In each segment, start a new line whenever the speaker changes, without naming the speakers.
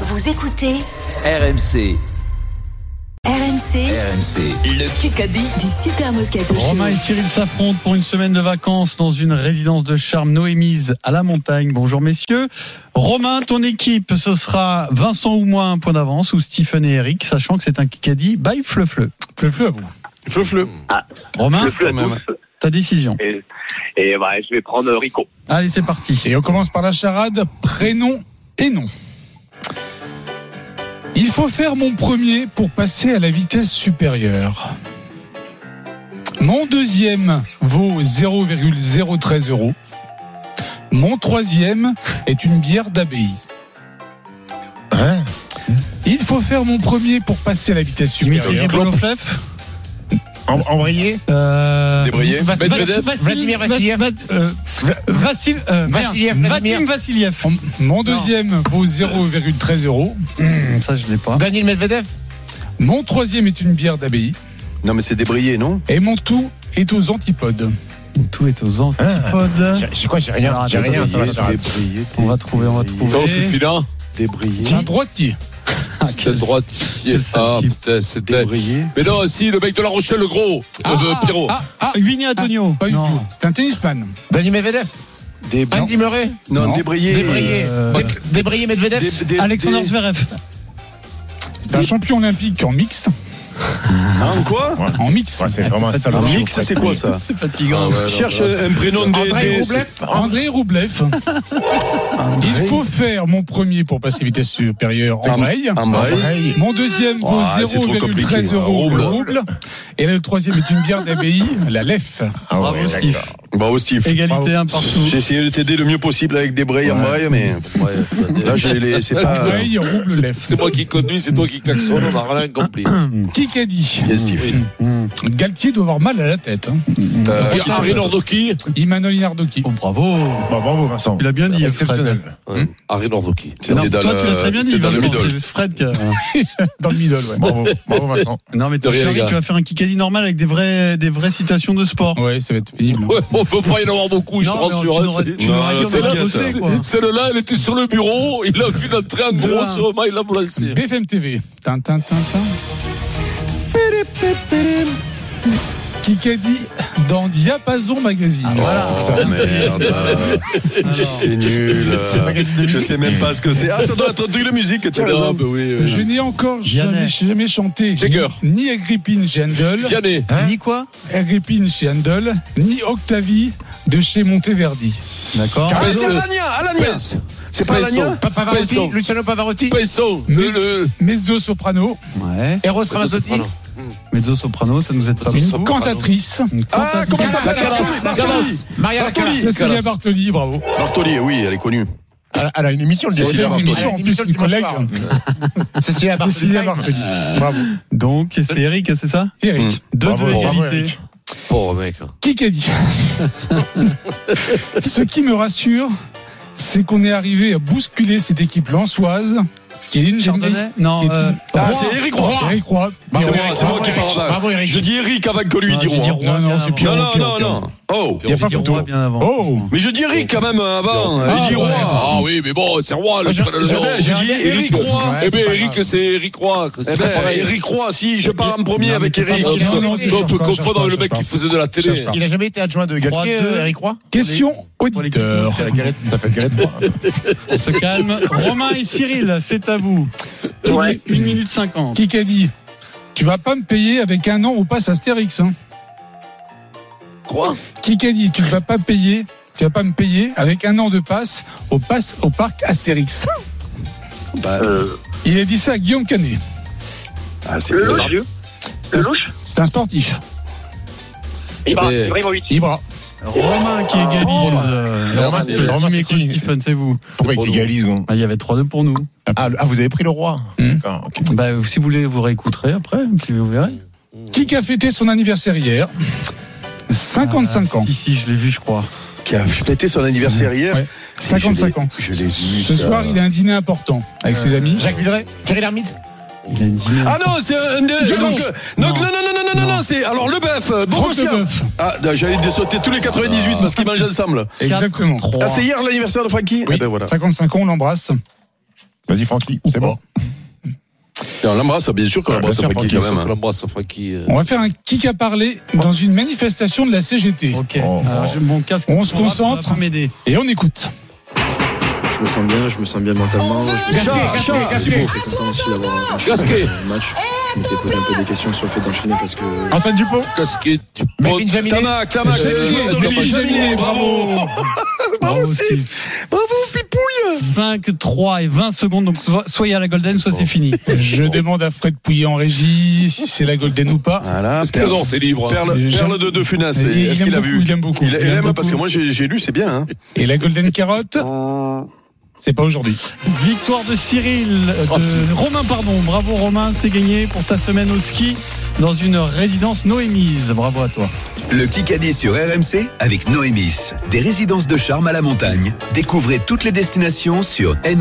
Vous écoutez
RMC,
RMC
RMC, le Kikadi.
du Super Moscato Show.
Romain et Cyril s'affrontent pour une semaine de vacances dans une résidence de charme Noémise à la montagne. Bonjour messieurs. Romain, ton équipe, ce sera Vincent ou moi un point d'avance ou Stephen et Eric, sachant que c'est un Kikadi by Fleu-Fleu.
Fleu-fleu à vous. Fleu-fleu.
Romain,
Le fleu à
quand
tous.
même.
ta décision.
Et, et ouais, je vais prendre Rico.
Allez, c'est parti.
Et on commence par la charade, prénom et nom. Il faut faire mon premier pour passer à la vitesse supérieure. Mon deuxième vaut 0,013 euros. Mon troisième est une bière d'abbaye. Il faut faire mon premier pour passer à la vitesse supérieure.
Em- Embrayer
Euh,
Débrayer.
Vas-
Medvedev.
Vas- Vas-
Vladimir Vassiliev.
Vas- euh, Vassil- euh, merde.
Vassiliev, Vladimir.
Vadim Vassiliev.
Mon deuxième vaut 0,13 euros.
Hum, ça, je l'ai pas.
Daniel Medvedev
Mon troisième est une bière d'abbaye.
Non, mais c'est débrayé, non
Et mon tout est aux antipodes.
Tout est aux antipodes.
J'ai- J'ai quoi J'ai rien.
Ah,
J'ai rien. ça va, ça va.
débrayé,
Ah.
On va trouver, on va trouver.
Attends, Fufilin,
Débrayé,
Un droitier.
Ah,
c'était
quel-
droite. Ah
type.
putain, c'était.
débrayé.
Mais non, si, le mec de La Rochelle, le gros, euh, Pierrot.
Ah, ah,
Winnie Antonio.
pas du
Non.
tout. C'est un tennisman.
Daniel Medvedev
Débrayé.
Andy Murray
Non,
Non.
débrayé.
Débrayé.
Euh,
Dé- Débrayé Medvedev
Dé- dé-
Alexander
dé-
Zverev.
C'est un champion olympique en mix.
Hein, quoi
En mix.
Ouais, C'est vraiment un salaud.
Un mix, c'est quoi ça
C'est fatigant.
ouais, non,
Cherche
là, c'est-
un prénom des.
Andrei
des-
Rublev
André Roublev. Il faut faire mon premier pour passer vitesse supérieure en
Un-
braille.
un braille.
Mon deuxième vaut
Ah, c'est trop compliqué.
0,13 euros
Un
le
rouble.
rouble. Et le troisième est une bière d'abbaye, la LEF.
Ah ouais,
Bravo
d'accord.
Steve.
Bravo, Bah, Steve.
Égalité un partout.
J'ai essayé de t'aider le mieux possible avec débrayé en braille, mais
Ouais, attendez.
là, j'ai les. C'est pas.
Braille, rouble, LEF.
c'est moi qui conduis, c'est toi qui klaxonne, on n'a rien compris.
Qui qu'a dit
Yes, Steve.
Mmh.
Galtier doit avoir mal à la tête. hein.
Euh,
Il y
qui
a
c'est
Henri Nordoki.
Emmanuel Nardoki.
Oh, bravo.
Bon, bravo Vincent.
Il a bien dit. Fred.
Ouais, Henri Nordoki.
C'était
Non,
dans
toi, tu l'as très
le-
bien
c'était
dit.
dans le
Vincent,
middle.
C'est Fred qui a-
Dans le middle, ouais.
Bravo, bravo Vincent.
Non, mais
De rien,
chéri,
les gars.
tu vas faire un Kikadi normal avec des vraies, des vraies citations de sport.
Ouais, ça va être pénible.
Ouais, bon, faut pas y en avoir beaucoup, je te
Non, mais
rassure.
tu
hein,
n'aurais-
c'est-
tu n'aurais
Non,
dit, on
c'est
aurait
là,
bossé,
c'est-
quoi.
Celle-là, elle était sur le bureau, il a vu d'entrer en
Deux, un.
gros sur main, il l'a balancé.
BFM TV. Tintin, tintin. Qui qu'a dit dans Diapason Magazine
voilà.
C'est ça.
Oh merde. C'est nul. Je sais même pas ce que c'est. Ah, ça doit être un truc de musique, tiens.
Non, mais Ah, bah oui,
Je
oui.
n'ai encore
Vianney.
jamais, jamais chanté
Jagger.
ni, ni Agrippine chez Handel,
Vianney.
Hein Ni quoi
Agrippine chez Handel, ni Octavie de chez Monteverdi.
D'accord.
Car-
C'est Alania, Alania.
Pince.
C'est pas Alania
Pa- Pavarotti
Pinson.
Luciano Pavarotti
Pinson.
Mais-
Le, le...
Mezzo soprano,
Ouais.
Eros Ramazzotti
Mezzo soprano, ça nous aide pas.
Mezzo
beaucoup.
soprano.
cantatrice,
Ah, comment ça
La
s'appelle
Calas.
Bartoli, Bartoli.
Calas.
Mariana
Bartoli.
Carras.
Cécilia
Nicolas.
Bartoli, bravo.
Bartoli, oui, elle est connue.
Elle a- Elle a une émission le
Cécilia
dimanche.
Bartoli.
Elle a une
En plus,
émission le
une collègue.
dimanche soir. Cécilia Bartoli.
Cécilia Bartoli, bravo.
Donc, c'est Eric, c'est ça
C'est Eric.
Mm.
Deux
Bravo,
de
bravo,
l'égalité.
Eric.
Pauvre mec.
Qui qu'a dit Ce qui me rassure, c'est qu'on est arrivé à bousculer cette équipe lançoise, qui est l'une des
Chardonnay Non.
qui est
euh,
une-
Ah,
Roy.
c'est Eric Roy. Bah,
Eric Roy.
C'est
Bravo,
moi,
Eric.
c'est moi
Bravo,
qui
Eric.
parle là.
Bravo Eric.
Je dis Eric avant que lui
Ah,
dit
j'ai dit
Rouen.
Roy
Non, non,
bien
c'est
avant.
Pierre.
Non,
Rouen,
non, non,
Rouen.
non. Oh.
Il n'y a pas
J'ai dit
photo.
Roy bien avant.
Oh
Mais je dis Eric quand même avant.
Ah,
Il dit
ouais.
Roy.
Ah oui, mais bon, c'est roi,
Ah,
le
Jean-
prénom de
Jean-
Jean.
J'ai dit Eric Roy.
Eh ben Eric, c'est Eric Roy. que
Eh
C'est pas
ben,
pareil.
Eric Roy, si, je pars en premier
Ah, Non, mais
avec
t'es pas
Eric.
bon.
On
Non, non,
peut- on
cherche
peut
pas, cherche
confondre
pas,
le mec
cherche
qui
pas.
faisait de la
Cherche
télé.
pas.
Il a jamais été adjoint de Galtier,
Trois, deux.
euh, Eric Roy
Question auditeur.
C'est la galette, ça fait la galette. moi.
On se calme. Romain et Cyril, c'est à vous.
Ouais.
Une minute cinquante.
Qui qu'a dit Tu vas pas me payer avec un an au pass Astérix. Hein.
Quoi
Qui qu'a dit Tu ne vas pas payer tu vas pas me payer avec un an de passe au pass au parc Astérix.
Bah,
Euh,
Il a dit ça à Guillaume Canet.
Ah, c'est
le
bien.
louche
C'est
Le
un,
louche
c'est un sportif.
Ibra,
Mais-
Ibrahimovic.
Ibra.
Romain
Ah,
qui égalise. euh,
Romain,
parce
c'est-
que
Romain,
Jimmy
c'est qui
Cruise, Stephen, c'est vous.
Pourquoi il égalise non
Ah, Il y avait 3-2 pour nous.
ah, le- ah, vous avez pris le roi.
Hmm.
D'accord, ok.
Bah, si vous voulez, vous réécouterez après, puis vous verrez.
Qui a fêté son anniversaire hier 55
Ah,
ans.
Si, si, je l'ai vu, je crois.
Qui a fêté son anniversaire hier.
Ouais. 55 ans.
Je l'ai vu.
Ce
ça.
soir, il a un dîner important avec
Euh,
ses amis.
Jacques Villeray Thierry Lhermitte
Il a une dîner.
Ah non, c'est un. Donc, non, non, non, non, non, non, non, c'est. Alors, le bœuf, Bogossian.
Roquebeuf.
Ah, non, j'allais de sauter tous les 98 parce qu'ils mangent ensemble.
Exactement. ben
Ah, c'était hier l'anniversaire de Francky
Oui,
Eh ben voilà.
55 ans, on l'embrasse.
Vas-y, Francky,
Ou
c'est
pas.
bon.
On l'embrasse, bien sûr qu'on
Ah,
l'embrasse
bien
à
sûr,
Francky
Qui
quand même.
s'en
hein.
l'embrasse, enfin, qui, euh,
On va faire un kick à parler dans une manifestation de la CGT.
Ok.
Oh,
Alors,
oh.
j'ai mon casque.
On se concentre.
va pas m'aider.
Et on écoute.
Je me sens bien, je me sens bien mentalement. Je me sens
Chat, chat.
je suis content aussi d'avoir enchaîné
Gasquet.
le match. Je m'étais posé un peu des questions sur le fait d'enchaîner parce que
Antoine Dupont
casqué du
Melvin Jaminet
Tamac, Tamac, Ah, bah, c'est le joueur de Rémi Jaminet, bravo
Bravo, Steve.
Bravo, Pipouille
5, 3 et 20 secondes. Donc, soit, soit il y a la Golden, soit
Oh.
c'est fini.
Je demande à Fred Pouillet en régie si c'est la Golden ou pas.
Voilà,
Le
perle,
Nord est libre.
perle,
Jean-
perle de De Funès,
Il- il
est-ce
aime
qu'il a
beaucoup,
vu
il aime beaucoup.
Il,
Il aime
aime, parce que
beaucoup.
moi j'ai j'ai lu, c'est bien. Hein.
Et la Golden Carotte C'est pas aujourd'hui.
Victoire de Cyril, euh, de
Oh, petit.
Romain, pardon. Bravo Romain, c'est gagné pour ta semaine au ski dans une résidence Noémise. Bravo à toi.
Le Kikadi sur RMC avec Noémis. Des résidences de charme à la montagne. Découvrez toutes les destinations sur E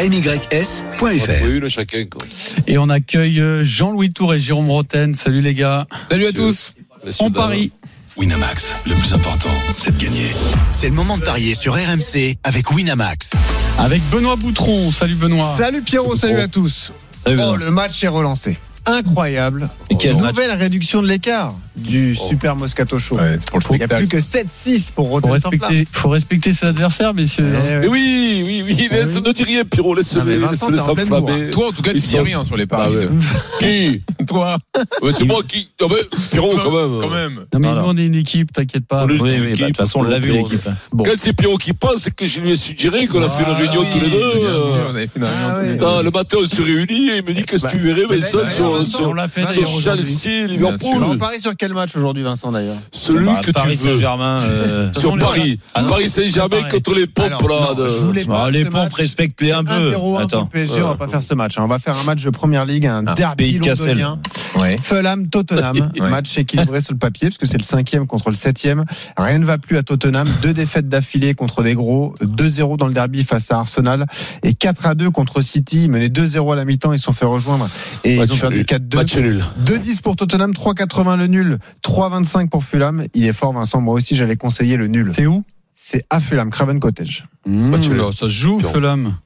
noemys.fr.
Une chacun, quoi.
Et on accueille euh, Jean-Louis Tour et Jérôme Roten. Salut les gars.
Salut à tous.
On parie.
Winamax, le plus important, c'est de gagner.
C'est le moment de parier sur RMC avec Winamax.
Avec Benoît Boutron. Salut Benoît.
Salut Pierrot, salut à tous. Oh, le match est relancé. Incroyable.
Quel
Nouvelle réduction de l'écart du Super Moscato Show.
Oh. Ouais, c'est pour le
Il n'y a plus
spectacle.
que 7-6 pour
Faut
Rotten sans flamme.
respecter, faut respecter ses adversaires, messieurs.
Eh
Mais
ouais.
oui, oui, oui, laisse, ne dis rien, Pierrot, laisse-le,
Ah, mais Vincent,
laisse-le
t'es en pleine
s'enflammer.
Toi, en tout cas, tu
Ils
dis
sont-
rien sur les
Bah
Ah
paris.
ouais. Qui
Toi,
Ouais, C'est moi qui. Ah ben, Pierrot, quand même.
quand même.
Non, mais
Voilà.
nous, on est une équipe, t'inquiète pas.
Oui,
oui, bah, de toute façon, on l'a vu, l'équipe.
Quand c'est Pierrot qui pense, c'est que je lui ai suggéré qu'on a fait une
Oh,
réunion tous les deux.
Bien sûr,
euh,
on avait fait une réunion
Ah
tous les
ouais.
deux.
putain, le matin, on se réunit et il me dit Qu'est-ce que tu verrais, Vincent,
d'ailleurs,
sur,
Vincent,
sur,
on l'a fait
sur
d'ailleurs aujourd'hui.
Bien
Chelsea,
On
Liverpool
parie sur quel match aujourd'hui, Vincent, d'ailleurs
Celui
Bah,
que
Paris
tu veux.
Saint-Germain. euh,
Sur
Ils sont
Paris.
Ah non,
Paris
c'est
Saint-Germain
pareil.
contre les pompes, là.
Alors, non,
de-
je voulais
ah,
pas
les
ce
pompes,
match.
respectez un peu.
1-0 pour le
Attends.
PSG, on va pas faire ce match. hein. On va faire un match de première ligue, un
Euh. Ah,
derby
Pays de Cassel.
londonien.
Ouais.
Fulham, Tottenham,
Ouais.
match équilibré sur le papier, parce que c'est le cinquième contre le septième. Rien ne va plus à Tottenham. Deux défaites d'affilée contre des gros, 2-0 dans le derby face à Arsenal et 4 à 2 contre City. Menés 2-0 à la mi-temps, ils se sont fait rejoindre et
Match
ils ont perdu
nul.
4-2.
Match nul.
2-10 pour Tottenham, 3-80 le nul, 3-25 pour Fulham. Il est fort, Vincent. Moi aussi, j'allais conseiller le nul.
C'est où Ah,
C'est à Fulham, Craven Cottage.
Match nul.
Ça se joue,
Pierrot.
Fulham.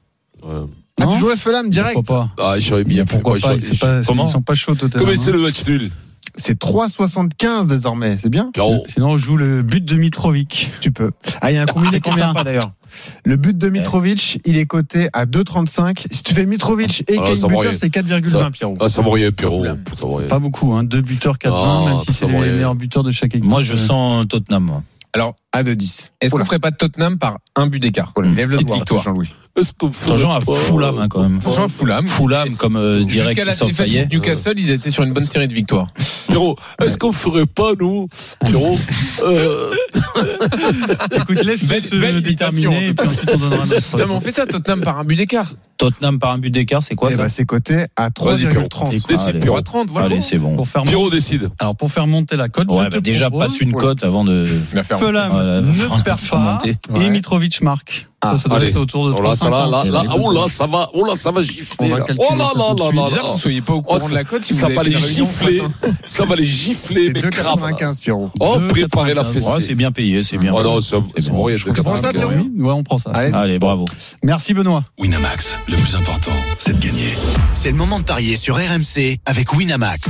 Ouais.
Ah,
Non
tu jouais Fulham direct
Pourquoi pas
Ah, j'aurais bien fait.
Pourquoi
moi,
pas,
j'aurais-
c'est pas-
Comment
Ils sont pas chauds hein. totalement.
Comment c'est le match nul
C'est 3,75 désormais. C'est bien
Oh.
Pierrot.
Sinon, on joue le but de Mitrovic.
Tu peux. Ah, il y a un combiné qui est
combien
sympa d'ailleurs. Le but de Mitrovic, il est coté à 2,35. Si tu fais Mitrovic et
Ah,
Kane
ça
Butter,
m'aurait-
c'est 4,20 Pierrot.
Ah, ça vaut rien, Pierrot. Ça vaut rien.
Pas beaucoup, hein. Deux buteurs, quatre
Oh,
même si c'est
ça
les
m'aurait-
meilleurs buteurs de chaque équipe.
Moi, je sens Tottenham. moi.
À 2,10.
Est-ce qu'on
Oula.
ferait pas Tottenham par un but d'écart
Oula, Lève le
Petite
doigt,
victoire.
Jean-Louis.
Est-ce qu'on ferait
Franchement, à
pas-
Fulham, hein, quand même.
Franchement, Fulham.
Fulham, comme euh, direct,
Jusqu'à la
ils sont
défaite
faillés.
de Newcastle, ils étaient sur une bonne série de victoires.
Pierrot, est-ce qu'on ferait pas, nous, Pierrot, euh,
Écoute, laisse
Belle-
se
belle imitation,
déterminer et puis ensuite on donnera notre.
Non, mais on fait ça, Tottenham par un but d'écart.
Tottenham par un but d'écart, c'est quoi
Eh
ça
ben, c'est coté à
Vas-y, Pierrot.
3,30.
Écoute,
décide,
allez.
Pierrot.
3-30, voilà.
Allez, c'est bon.
Pour faire mon-
Pierrot décide.
Alors pour faire monter la cote,
Ouais,
je te
bah, déjà,
propose-
passe une cote avant de.
Fulham
Voilà,
ne perd pas
monter.
et
Ouais.
Mitrovic marque. Ça, ça doit
Allez.
être autour de
Oh là, ça
3,50.
là, là, là,
les
oh là, ça va, oh là, ça va
On
gifler.
va
là.
calculer
Oh là
ça
là
tout de
là
suite.
là
Bizarre que
là.
vous soyez pas au
Oh,
courant de la cote si vous
Ça
avez
va
fait
les
la réunion ce
gifler,
matin.
ça va les gifler,
C'est
mais grave.
2,95 Pierrot.
Oh,
2,95.
préparez la fessée.
Ouais, c'est bien payé, c'est bien.
Oh non,
payé.
c'est c'est pour rien,
Je comprends
ça,
2,95.
Pierrot.
Oui, ouais, on prend ça.
Allez,
Allez, bravo.
Merci Benoît.
Winamax, le plus important, c'est de gagner.
C'est le moment de parier sur RMC avec Winamax.